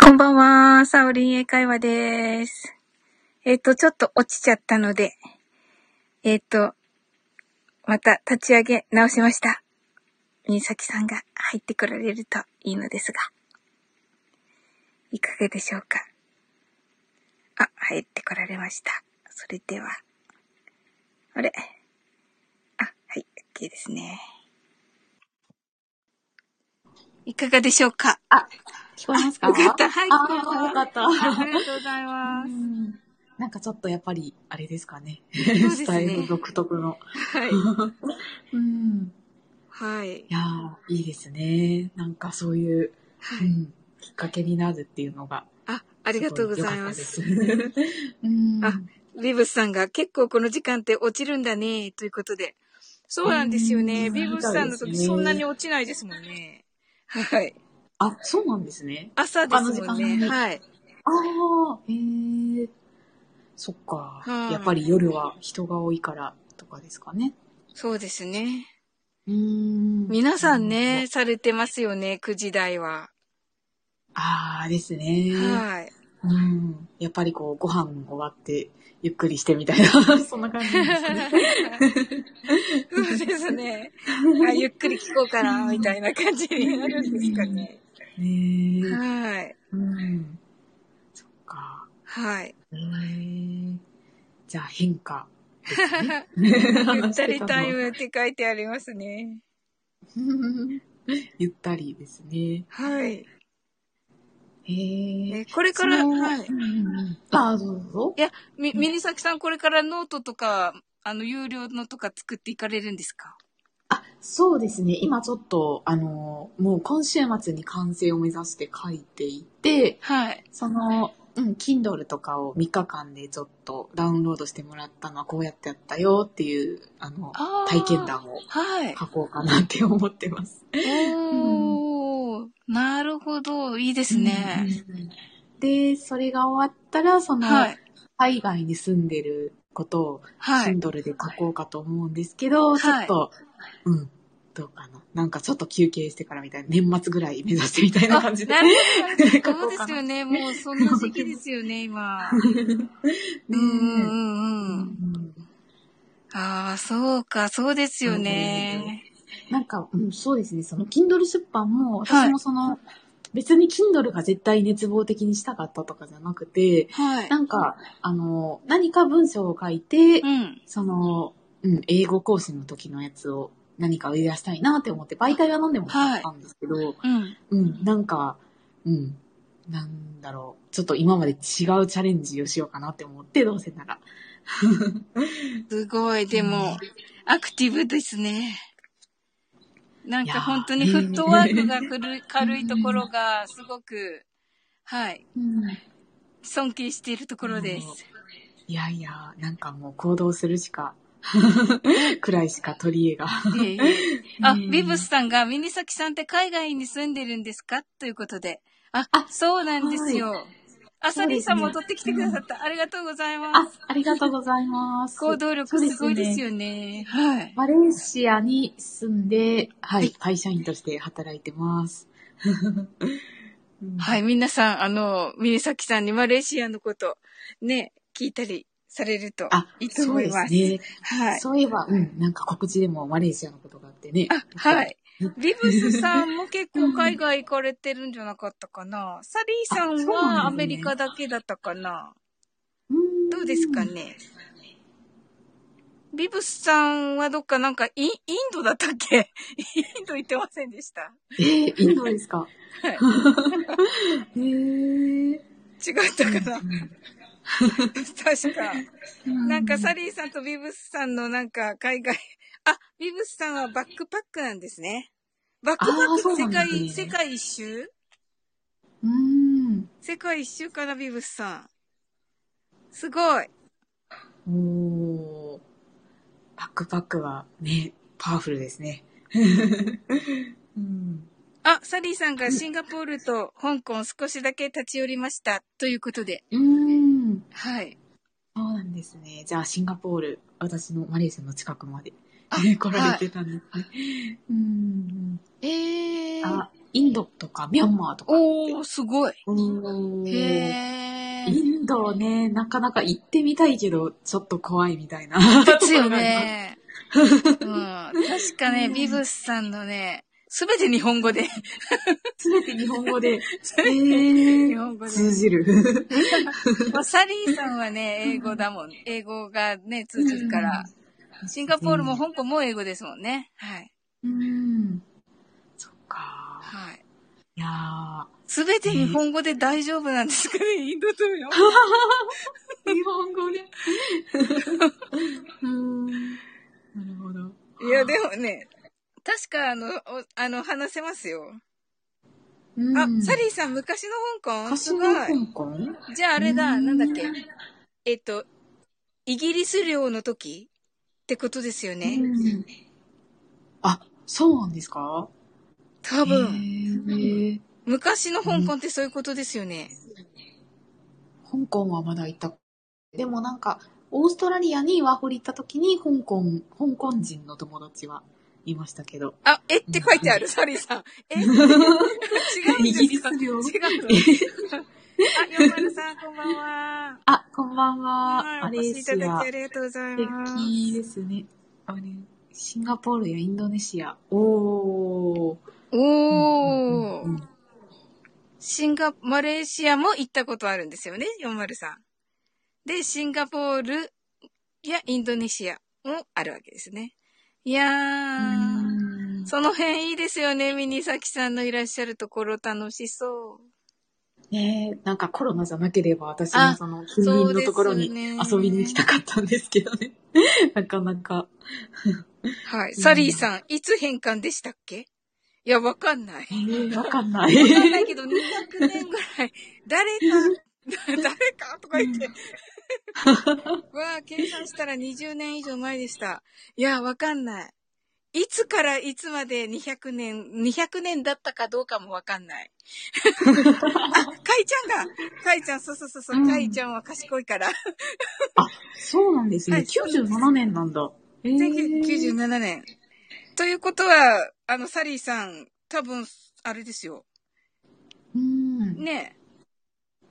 こんばんは、サオリン英会話です。えっ、と、ちょっと落ちちゃったので、えっ、と、また立ち上げ直しました。みさきさんが入ってこられるといいのですが、いかがでしょうか。あ、入ってこられました。それでは、あれあ、はい、OK ですね。いかがでしょうかあ、聞こえますかよかった。はい、ああ、よかった。ありがとうございます。なんかちょっとやっぱり、あれですかね。そうですねスタイル独特はの。い。うん。はい。いやー、いいですね。なんかそういう、はいうん、きっかけになるっていうのが、あ、ありがとうございますす。ごい良かったです。うん。あビブスさんが結構この時間って落ちるんだね、ということで。そうなんですよね。うんビブスさんの時そうですねそんなに落ちないですもんね。はい。あ、そうなんですね。朝ですもんあの時間ね。にはい。ああ、へえ。そっかは。いやっぱり夜は人が多いからとかですかね。そうですね。うーん。皆さんね、。されてますよね、9時台は。ああですね。 はい。うん。やっぱりこう、ご飯終わって、ゆっくりしてみたいな、 そんな感じなんですね。そうですね。あゆっくり聞こうかな、みたいな感じになるんですかね。ねえ。はい。うん。そっか。はい。へえ。じゃあ変化。ゆったりタイムって書いてありますね。 ゆったりですね。はい。へえ。えこれから、そのはい。うんうんうんああ、どうぞい。や、み、ミニサキさん、これからノートとか、あの、有料のとか作っていかれるんですかあ、そうですね。今ちょっと、あの、もう今週末に完成を目指して書いていて、はい。その、うん、Kindle とかを3日間でちょっとダウンロードしてもらったのはこうやってやったよっていう、あの、あー体験談をはい。書こうかなって思ってます。おー、なるほど。いいですね。うんうんうんで、それが終わったら、その、はい。海外に住んでることをはキいン。ドルで書こうかと思うんですけど、ちょはいっと、うん、どうかな。なんかちょっと休憩してからみたいな、年末ぐらい目指してみたいな感じでな。るほ どなるほど。こそうでこかなすよね。もうそんな時期ですよね、今。 うんうねえんうん。ああ、そうか、そうですよね。なんか、うん、そうですね、その Kindle 出版も、はい私もその、別に Kindle が絶対熱望的にしたかったとかじゃなくて、はい。なんか、あの、何か文章を書いて、うん。その、うん、英語講師の時のやつを何か売り出したいなって思って、媒体は何でも買ったんですけど、うん。うん、なんか、うん、なんだろう、ちょっと今まで違うチャレンジをしようかなって思って、どうせなら。すごい、でも、アクティブですね。なんか本当にフットワークが軽い軽いところが、すごく、はい、うん、尊敬しているところです。いやいや、なんかもう行動するし か、くらいしか取り柄が。いえいえあ、うんビブスさんが、ミニサキさんって海外に住んでるんですかということで。あ、あそうなんですよ。あさりんさんもそう取ですねってきてくださった。ありがとうございまあす。、ありがとうございます。行動力すごいですね。よね。はい。マレーシアに住んで、ははいい、会社員として働いてます。うんはい、皆さん、あの、ミニサキさんにマレーシアのこと、ね、聞いたりされるとあ、いいとそ思ういでます。すね。はい。そういえば、うん、なんか告知でもマレーシアのことがあってね。あ、はい。ビブスさんも結構海外行かれてるんじゃなかったかな。サリーさあんそうなんですはねアメリカだけだったかな。んどうですかね。ビブスさんはどっかなんかイン、インドだったっけ インド行ってませんでした。えー、インドですかはい。 へー。違ったかな 確か。なんかサリーさんとビブスさんのなんか海外、あ、ビブスさんはバックパックなんですね。バックパあッークそう世なん界、ですね世界一周うん。世界一周かな、ビブスさん。すごい。おーバックパックはね、パワフルですね。 うん、あ、サリーさんがシンガポールと香港少しだけ立ち寄りました。ということで。うん。はい。そうなんですね。じゃあ、シンガポール、私のマレーシアの近くまであね来られてたんですね。うん。ええー。あ、インドとかミャンマーとかって。おー、すごい。うんへー。インドね、なかなか行ってみたいけど、ちょっと怖いみたいな。ですよ ね。うん。確かね、うんビブスさんのね、すべて日本語 で。すべて日本 語で、日えー、本語で。通 じる。まあサリーさんはね、英語だもん。英語がね、通じるから。シンガポールも香港も英語ですもんね。はい。うん。そっか。はい。いやー、すべて日本語で大丈夫なんですかね、インドとよ。日本語 で。うん。なるほど。いや、でもね、確かあの、おあの、話せますよ。うん、あ、サリーさん昔の香港昔すのごい。香港じゃああれだ、うんなんだっけ。えっと、イギリス領の時ってことですよね。うんあ、そうなんですか多分、へー昔の香港ってそういうことですよね。香港はまだ行った。でもなんか、オーストラリアにワーホリ行った時に、香港、香港人の友達はいましたけど。あ、えって書いてある、サリーさん。え違うんイギでリすかス違領。うのあ、よまるさん、こんばんは。 あ、こんばんは。はマいレおー越しいシただきアあ。りがとうござい素ます。敵ですね。あれ、シンガポールやインドネシア。おー。おうんうんうーん。シンガ、マレーシアも行ったことあるんですよね、40さん。で、シンガポールやインドネシアもあるわけですね。いやー、うんその辺いいですよね、ミニサキさんのいらっしゃるところ楽しそう。ねえ、なんかコロナじゃなければ私あもその近隣のところにそうです遊よねびに行きたかったんですけどね。 なかなか。はい。サリーさん、いつ返還でしたっけいや、わかんない。えー、わかんない。わかんないけど、200年ぐらい、 誰か、 誰かとか言 って。わあ、計算したら20年以上前でした。いや、わかんない。いつからいつまで200年、200年だったかどうかもわかん ない。あ、かいちゃんが、かいちゃん、そうそうそうそう、うんかいちゃんは賢いから。そうなんですはね。いそうです97年なんだ。えー、 1997年。ということは、あの、サリーさん、多分、あれですよ。うん。ねえ、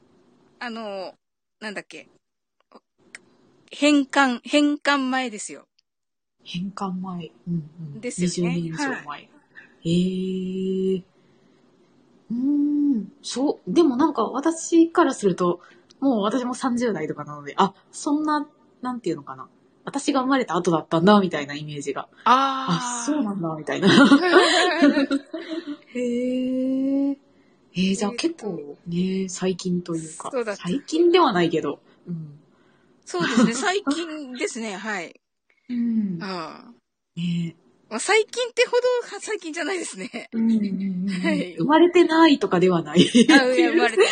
あの、なんだっけ。返還、返還前ですよ。返還前。うんうん。ですよね20年以上前。えー。うーん。そう。でもなんか私からすると、もう私も30代とかなので、あ、そんな、なんていうのかな。私が生まれた後だったんだ、みたいなイメージが。あ、そうなんだ、みたいな。へー。 えー、じゃあ結構ね、最近というかそうだっ、た最近ではないけど、うん。 そうですね、最近ですね、はい。うんねああえまあ、最近ってほどは最近じゃないです ね。うんうんうんうんはい生まれてないとかではない。あ、生まれて。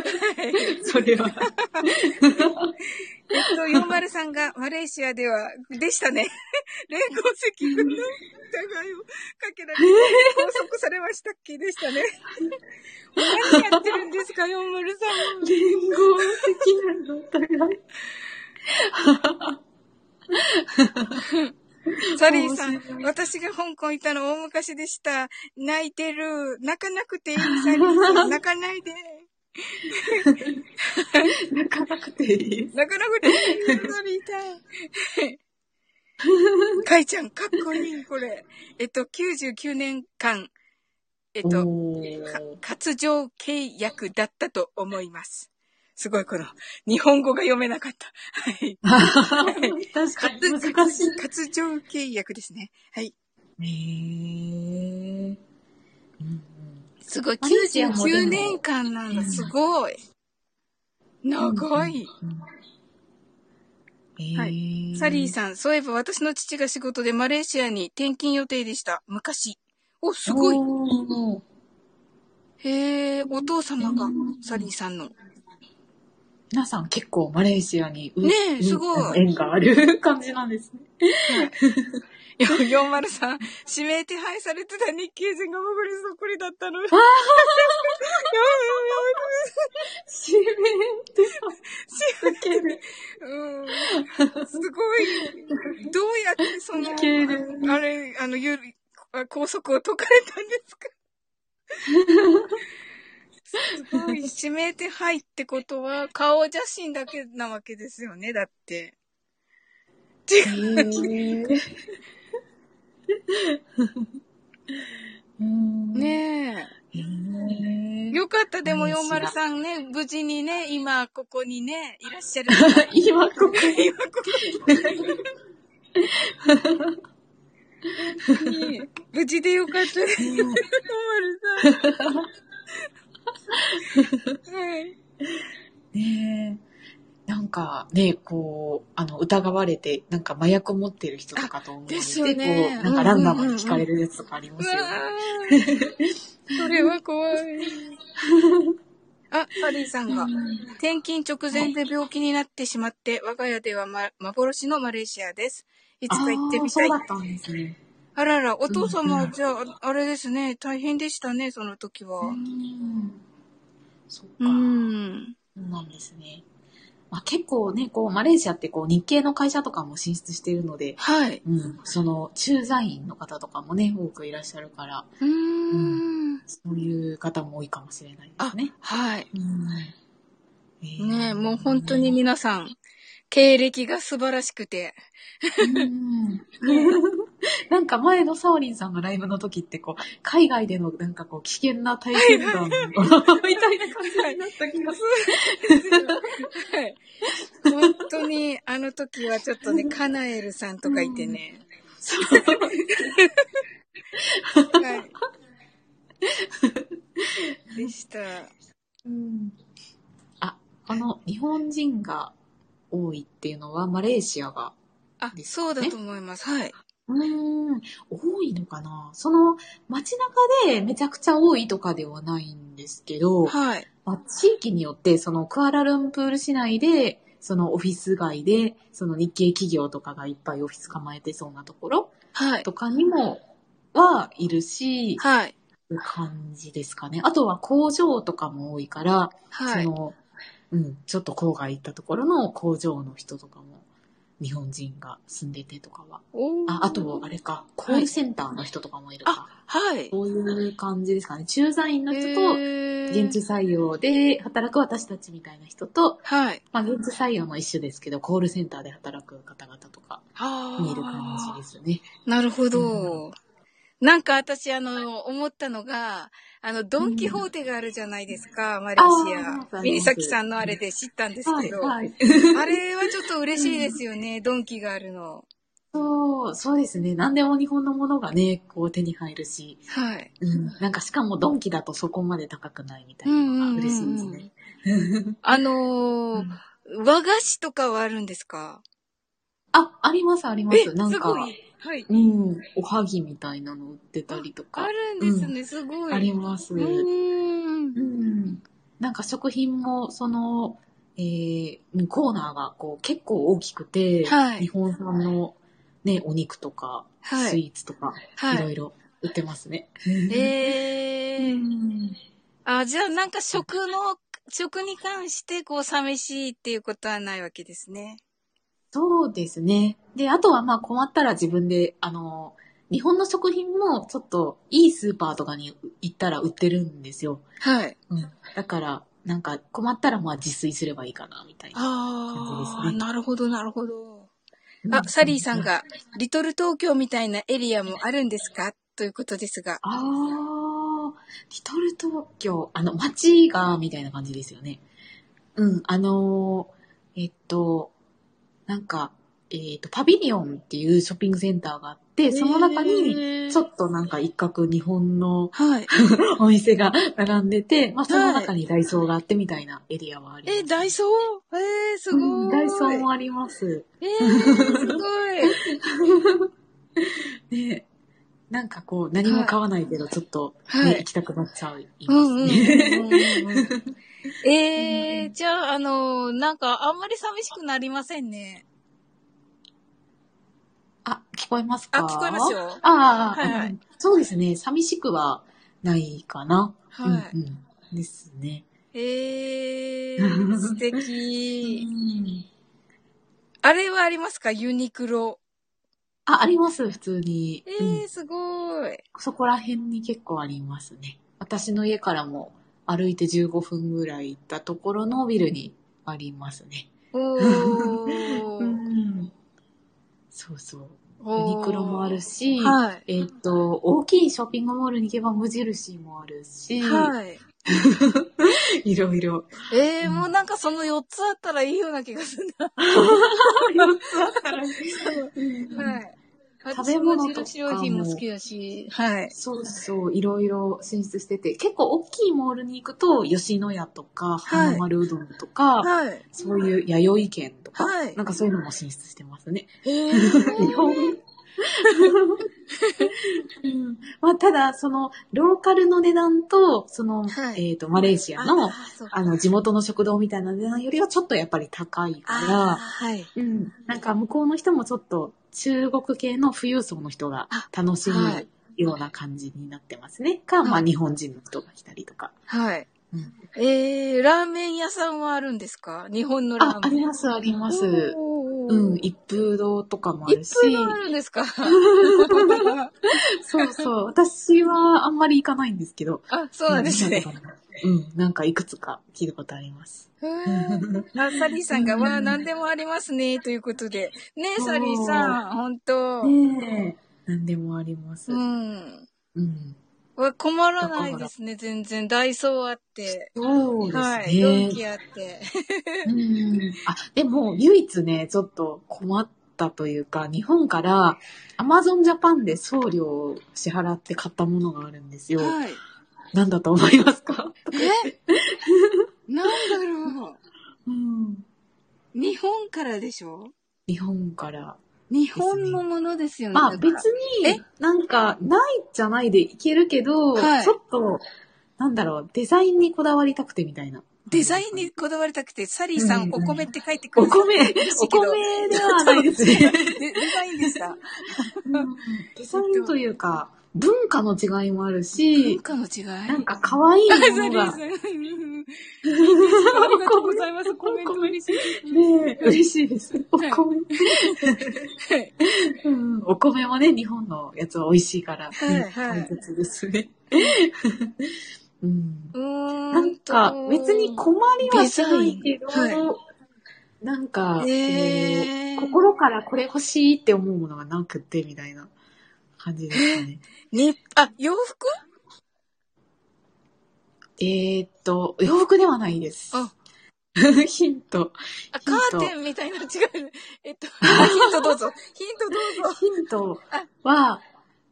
それは。えっ と、40さんがマレーシアでは、でしたね。 連合赤軍の疑いをかけられて、拘束されましたっけでしたね。 何やってるんですか、40さん。連合的なのお互い。サリーさん面白、い私が香港行ったの大昔でした。泣いてる。泣かなくていい、サリーさん。泣かないで。泣かなくていい。泣かなくていい、サリーさん。 かいちゃん、かっこいい、これ。えっと、99年間、えっと、おーか活情契約だったと思います。すごい、この、日本語が読めなかった。はい。確かに難しい。 活情契約ですね。はい。ねえうんすごい、マレーシアもでも99年間なんだ。すごい。うん長い。。うんはえサリーさん、そういえば私の父が仕事でマレーシアに転勤予定でした。昔。お、すごい。おーへえ、お父様が、サリーさんの。皆さん結構マレーシアにうねえすごいあの縁がある感じなんですね。 よ、403、指名手配されてた日系人が潜りそっくりだったの。 指しめ って受ける。うん。すごい。どうやってそのいける、 あれ、あの、ゆる、拘束を解かれたんですかすごい。指名手配ってことは、顔写真だけなわけですよね、だって。えー、うんねええ。ーよ かった、でもねえ403ね、無事にね、今ここにね、いらっ しゃる。今今ここここに。無事でよかったです。403。はい。ねえなんかねこうあの疑われてなんか麻薬持ってる人とかと思われてですよねこうなんかランダムに聞かれるやつとかありうますよね。わーそれは怖い。あ、パリーさんが。転勤直前で病気になってしまって、我が家では、ま、幻のマレーシアです。いつか行ってみたいあーそうだ。ったんですね。あらら、お父様うんは、うんじゃあ、あれですね、大変でしたね、その時は。うんそっか。うそん。うなんですね。まあ、結構ね、こう、マレーシアってこう、日系の会社とかも進出しているので、はい。うん、その、駐在員の方とかもね、多くいらっしゃるから、うーん。そういう方も多いかもしれないであすね。、はい。うんえーねえもう本当に皆さん、経歴が素晴らしくて。うんなんか前のサオリンさんのライブの時ってこう、海外でのなんかこう危険な体験談みたいな感じになった気がする。はい。本当に、あの時はちょっとね、カナエルさんとかいてね。はい。でした。うんあ、この日本人が多いっていうのはマレーシアが、あ、ですそうだと思います。はい。うん、多いのかなその街中でめちゃくちゃ多いとかではないんですけど、はい。まあ、地域によって、そのクアラルンプール市内で、そのオフィス街で、その日系企業とかがいっぱいオフィス構えてそうなところはい。とかにも、はいるし、はい。いう感じですかね。あとは工場とかも多いから、はそい。の、うん、ちょっと郊外行ったところの工場の人とかも、日本人が住んでてとかは。おーあ、あと、あれか、コールセンターの人とかもいるか。あ、はい。そういう感じですかね。駐在員の人と、現現地採用で働く私たちみたいな人と、はい。まあ、現地採用の一種ですけど、コールセンターで働く方々とかは見える感じですよね。なるほど。なんか私、あの、思ったのが、あの、ドン・キホーテがあるじゃないですか、マレあーありまーすシア。ありますミニサキさんのあれで知ったんですはけい、ど、はい。あれはちょっと嬉しいですよね、ドンキがあるの。そう、そうですね。何でも日本のものがね、こう手に入るし、はい。うん、なんかしかもドンキだとそこまで高くないみたいなのが嬉しいですね。あうのーん和菓子とかはあるんですかあ、あります、ありまえ、す。なんすかご、い。はい。うん、おはぎみたいなの売ってたりとかあ、るんですね、すごい。あります。うーん。うんなんか食品も、その、えー、コーナーがこう結構大きくて、はい日本産の、ね、お肉とか、はいスイーツとか、い、はろい。いろ売ってますね。えー。うんあ、じゃあなんか食の、食に関してこう寂しいっていうことはないわけですね。そうですね。で、あとはまあ困ったら自分で、あの、日本の食品もちょっといいスーパーとかに行ったら売ってるんですよ。はい。うん、だから、なんか困ったらまあ自炊すればいいかな、みたいな。ああ、感じですねなるほど、なるほど。うあ、んサリーさん。が、リトル東京みたいなエリアもあるんですかということですが。ああ、リトル東京、あの、街が、みたいな感じですよね。うん、あのーえっと、なんか、えっと、パビリオンっていうショッピングセンターがあって、その中に、にちょっとなんか一角日本のはい。お店が並んでて、まあ、その中にダイソーがあってみたいなエリアはあります。え、ダイソーえー、すうごい。んダイソーもあります。えー、すごい。ねなんかこう、何も買わないけど、ちょっと、ねはい行きたくなっちゃいうんうますんうんね。うんうんうん。えー、じゃあ、あの、なんかあんまり寂しくなりませんね。あ、聞こえますあ、か聞こえますよ。ああ、はいはいうんそうですね。寂しくはないかな。はい。うんうん、ですね。えー、 素敵。うんあれはありますかユニクロ。あ、あります、普通に。えうんー、すごい。そこら辺に結構ありますね。私の家からも歩いて15分ぐらい行ったところのビルにありますね。 おうー。ん。そうそう。ユニクロもあるし。し、はい。えっ、と、大きいショッピングモールに行けば無印もあるし、はい。い、ろいろ。えー、もうなんかその4つあったらいいような気がするな。はい。食べ物私も無とかも印良品も好きだし、はい。そうそう、いろいろ進出してて、結構大きいモールに行くと、吉野家とか、はい花丸うどんとか、はい。そういう弥生県とか、はいなんかそういうのも進出してますね。えー、日本うんまあ、ただ、その、ローカルの値段と、その、はいえっ、と、マレーシアの、ああそうの、地元の食堂みたいな値段よりはちょっとやっぱり高いあーかはい。ら、うん。なんか向こうの人もちょっと、中国系の富裕層の人が楽しあはいむような感じになってますね。か、まはあい日本人の人が来たりとか。はい。うんえー、ラーメン屋さんはあるんですか日本のラーメあン。、あります、あります。おーうん、一風堂とかもあるし一。風堂あるんですか そうそう。私はあんまり行かないんですけど。あ、そうなんですね。うん、なんかいくつか聞いたことあります。へーあ、サリーさんが、わあ、何でもありますね、ということで。ねえ、おーサリーさん、ほんと。ねえ。何でもあります。うん。うん。わ困らないですね、全然。ダイソーあって。そうですね。はい。ドンキあって。うん。あ、でも唯一ね、ちょっと困ったというか、日本から Amazon Japan で送料を支払って買ったものがあるんですよ。はい。何だと思いますかえなんだろうん。う。日本からでしょ日本から。日本のものですよね。まあだから別にえ、なんか、ないじゃないでいけるけど、はいちょっと、なんだろう、デザインにこだわりたくてみたいな。デザインにこだわりたくて、サリーさん、うんお米って書いてくおる。米、 しおいけど米ではないです ね。でデザインでした。うんデザインというか、文化の違いもある文し、化の違い。なんか可愛いあ、サリものーさん。があ、りがとうございます。コメント嬉しいです。ねえ嬉しいです。お米。はいうんお米もね、日本のやつは美味しいから、はいはい大切で すね。うんう ーなんかと別に困りはしないけど、デザインなんか、へーえー心からこれ欲しいって思うものがなくてみたいな感じですか ね。に、あ、洋服えーっと、洋服ではないです。あ ヒント。あ、ヒンカトーテンみたいな違う。えっと、あヒントどうぞ。ヒントどうぞ。ヒントは、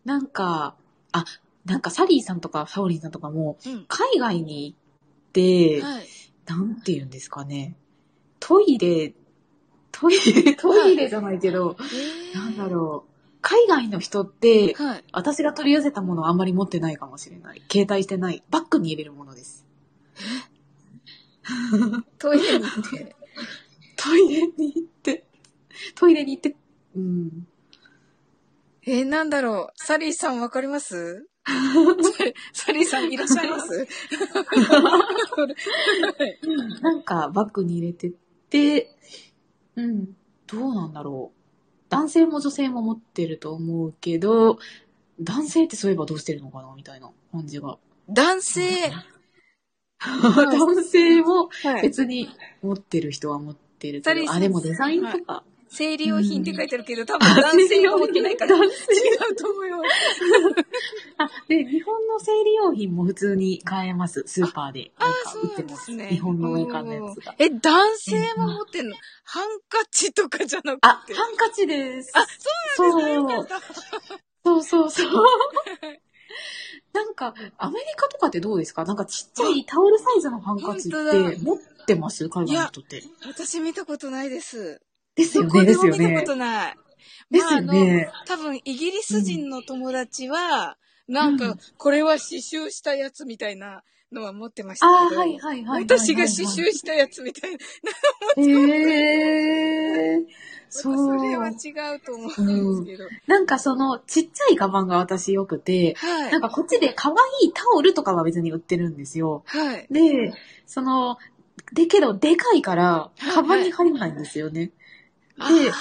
なんか、あ、なんかサリーさんとかサオリンさんとかも、うん。海外に行って、はい。なんて言うんですかね。トイレ、トイレ、 トイレじゃないけど、なんだろう。海外の人って、はい。私が取り寄せたものはあんまり持ってないかもしれない。携帯してない。バッグに入れるものです。トイレに行って。トイレに行って、トイレに行って、うん。えー、なんだろう。サリーさんわかります サリーさんいらっしゃいますはいなんかバッグに入れてって、うん。どうなんだろう。男性も女性も持ってると思うけど、男性ってそういえばどうしてるのかなみたいな感じが。男性。 男性もはい。別に持ってる人は持ってるサけリーど、さんあ、でもデザインとか。生理用品って書いてあるけど、多分男性が持ってないから違男うと思うよ。あ、で、日本の生理用品も普通に買えます。スーパーで。あなんあ、かそう売っなてんでますす。ね。日本のメーカーのやつがおー。え、男性も持ってんの、ハンカチとかじゃなくて。あ、ハンカチです。あそうそうなんだそうそうそう。 なんか、アメリカとかってどうですかなんかちっちゃいタオルサイズのハンカチっ本当だて持ってます海外の人って。私見たことないです。ですよこね、ででもすよ見たこね。とない。ですよねまあ、あの、多分、イギリス人の友達は、なんか、これは刺繍したやつみたいなのは持ってましたあけー、ど、はいはいはいはいはいはい。私が刺繍したやつみたいな、えー、そ それはう。違うと思うんですけど。なんかその、ちっちゃいカバンが私よくて、はいなん。かこっちで可愛いタオルとかは別に売ってるんですよ。はい。で、その、でけど、でかいから、カバンに入らないんですよね。あで、ちっち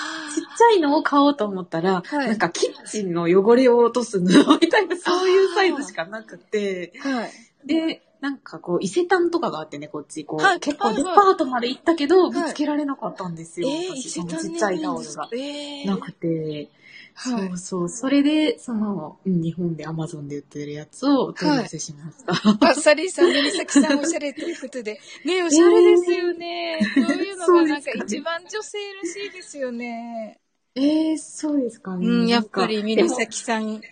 ゃいのを買おうと思ったら、はいなんかキッチンの汚れを落とす布みたいな、そういうサイズしかなくて、ーはい。で、なんかこう、伊勢丹とかがあってね、こっち、こう、はい結構はいデはいパートまで行ったけど、い見つけられなかったんですえよ。ー、伊私勢丹そのちにっちゃないタいんオでルすがか。えー、なくて、はいそう。そう、それで、その、うん日本で Amazon で売ってるやつをお取り寄せしました。 あ、サリーさん、ミサキさんおしゃれということで。ね、おしゃれですよね。こういうのがなんかそうですかね一番女性らしいですよね。 えー、そうですかね。うん、やっなんかぱり、ミサキさん。で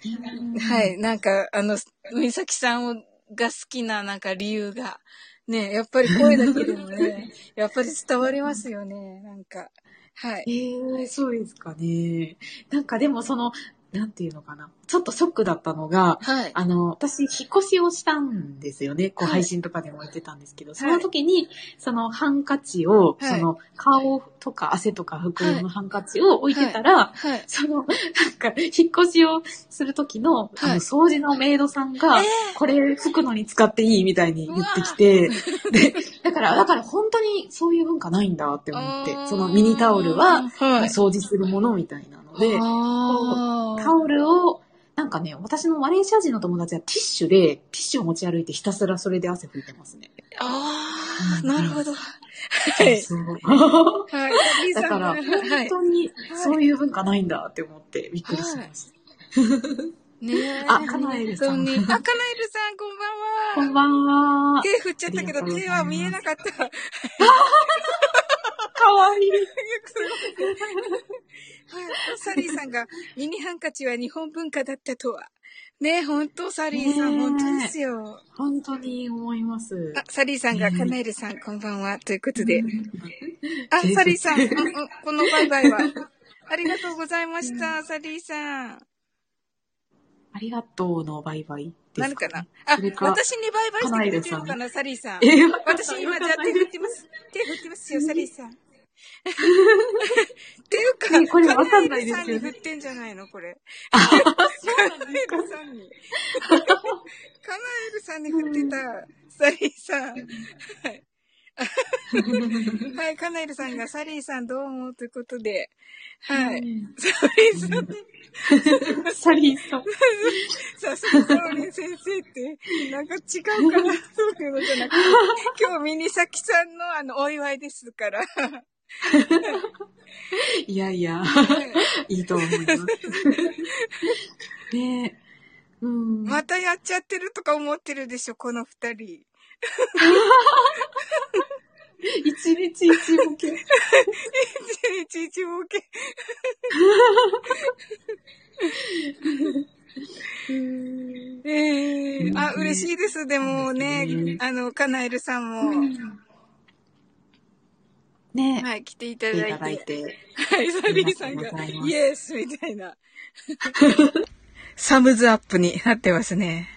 もは。い、なんか、あの、ミサキさんをが好きななんか理由が。ね、やっぱり声だけでもね、 やっぱり伝わりますよね。なんか。はい。えー、そうですかね。なんかでもその、なんていうのかな。ちょっとショックだったのが、はい。あの、私、引っ越しをしたんですよね。こう、はい配信とかでも言ってたんですけど、その時に、そのハンカチを、はいその、顔とか汗とか袋のハンカチを置いてたら、はい。その、なんか、引っ越しをする時の、あはの、い掃除のメイドさんが、えこれ拭くのに使っていいみたいに言ってきて、で、だから、だから本当にそういう文化ないんだって思って、そのミニタオルは、、はい。掃除するものみたいなので、あータオルを、なんかね、私のマレーシア人の友達はティッシュで、ティッシュを持ち歩いてひたすらそれで汗拭いてますね。あー、なるほど。はそうい。そう はい。だから、は本い。当にそういう文化ないんだって思ってびっくりしました。ねえ。あカナエルさん本当にあ、カナエルさん、こんばこんは。んばんは。手振っちゃったけど、ありがとうございます手は見えなかった。かわいい。はいサリーさんが、ミニハンカチは日本文化だったとは。ねえ、本当サリーさん、ねえ本当ですよ。本当に思います。あ、サリーさんが、ねえカナエルさん、こんばんは。ということで。あ、ぜひサリーさん、うんうんこのバイバイは。ありがとうございました、サリーさん。ありがとうのバイバイですなるかなあ、それか私にバイバイしてくれてるのかな、サリーさん。えー私今じゃあ手振ってます。手振ってますよ、サリー さん。っていうか、ねこれわかんないですよカねナエルさんに振ってんじゃないのこれ。カナエルさんに。カナエルさんに振ってた、サリーさん。はい。はい、カナエルさんがサリーさんどうもということで。はい。サリーさんサリーさん。さすがサオリン先生って、なんか違う かな、そういうのじゃなくて、今日ミニサキさんのあの、お祝いですから。いやいや、はいいいと思います。ねえ。うん。またやっちゃってるとか思ってるでしょ、この二人。一日一ボケ。一日儲 け。ええあ、嬉しいです。でもねそうですね、あの、カナエルさんも、ねえ。はい、来ていた来てだいいただいて、て。はい、サリーさんありがとが、うございますイエスみたいな。サムズアップになってますね。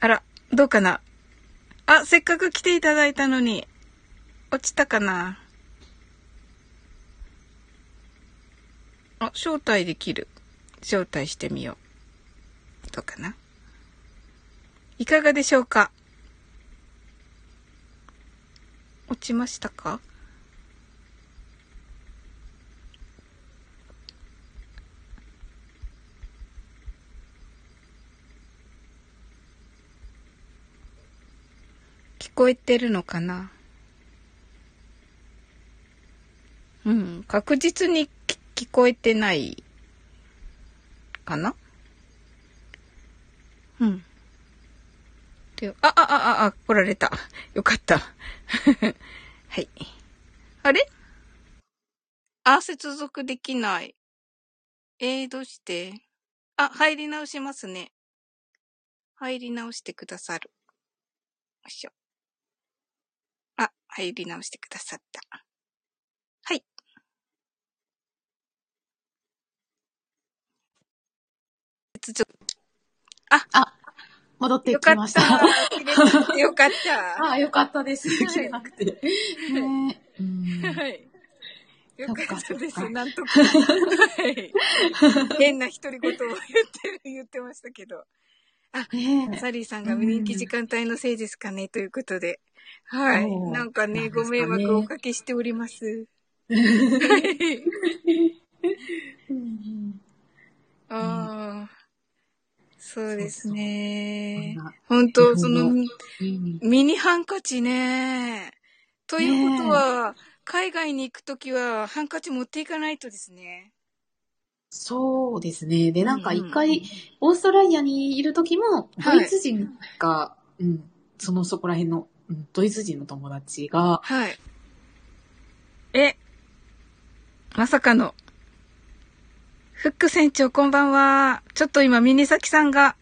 あら、どうかなあ、せっかく来ていただいたのに、落ちたかなあ、招待できる。招待してみよう。どうかないかがでしょうか落ちましたか聞こえてるのかなうん、確実にき聞こえてないかなうん。であ、あ、あ、あ、あ、来られた。 よかった。はい。あれあ、接続できない。えー、どうしてあ、入り直しますね。入り直してくださる。よいしょ。あ、入り直してくださった。はい。接続戻ってよきかまっした。た。切れなくてよかった。ああ、よかったです。はい切れなくて。ねえ。うんはい。よかったでそっかそっす。かなんとか。はい変な独り言を言ってる、言ってましたけど。ねえ。サリーさんが無人気時間帯のせいですかね、ということで。はい。おーなんかなね、んでごすか迷ね惑をおかけしております。 はい。うんああ。そうですこんね。な本そう当そ日の本、うんミニハンカチね。ということは、海外に行くときはハンカチ持っていかないとですね。そうですね。で、なんかうんうん一回、オーストラリアにいる時も、ドはいイツ人が、うん、そのそこら辺の、うんドイツ人の友達が、はい。え、まさかの。フック船長こんばんは。ちょっと今、ミニサキさんが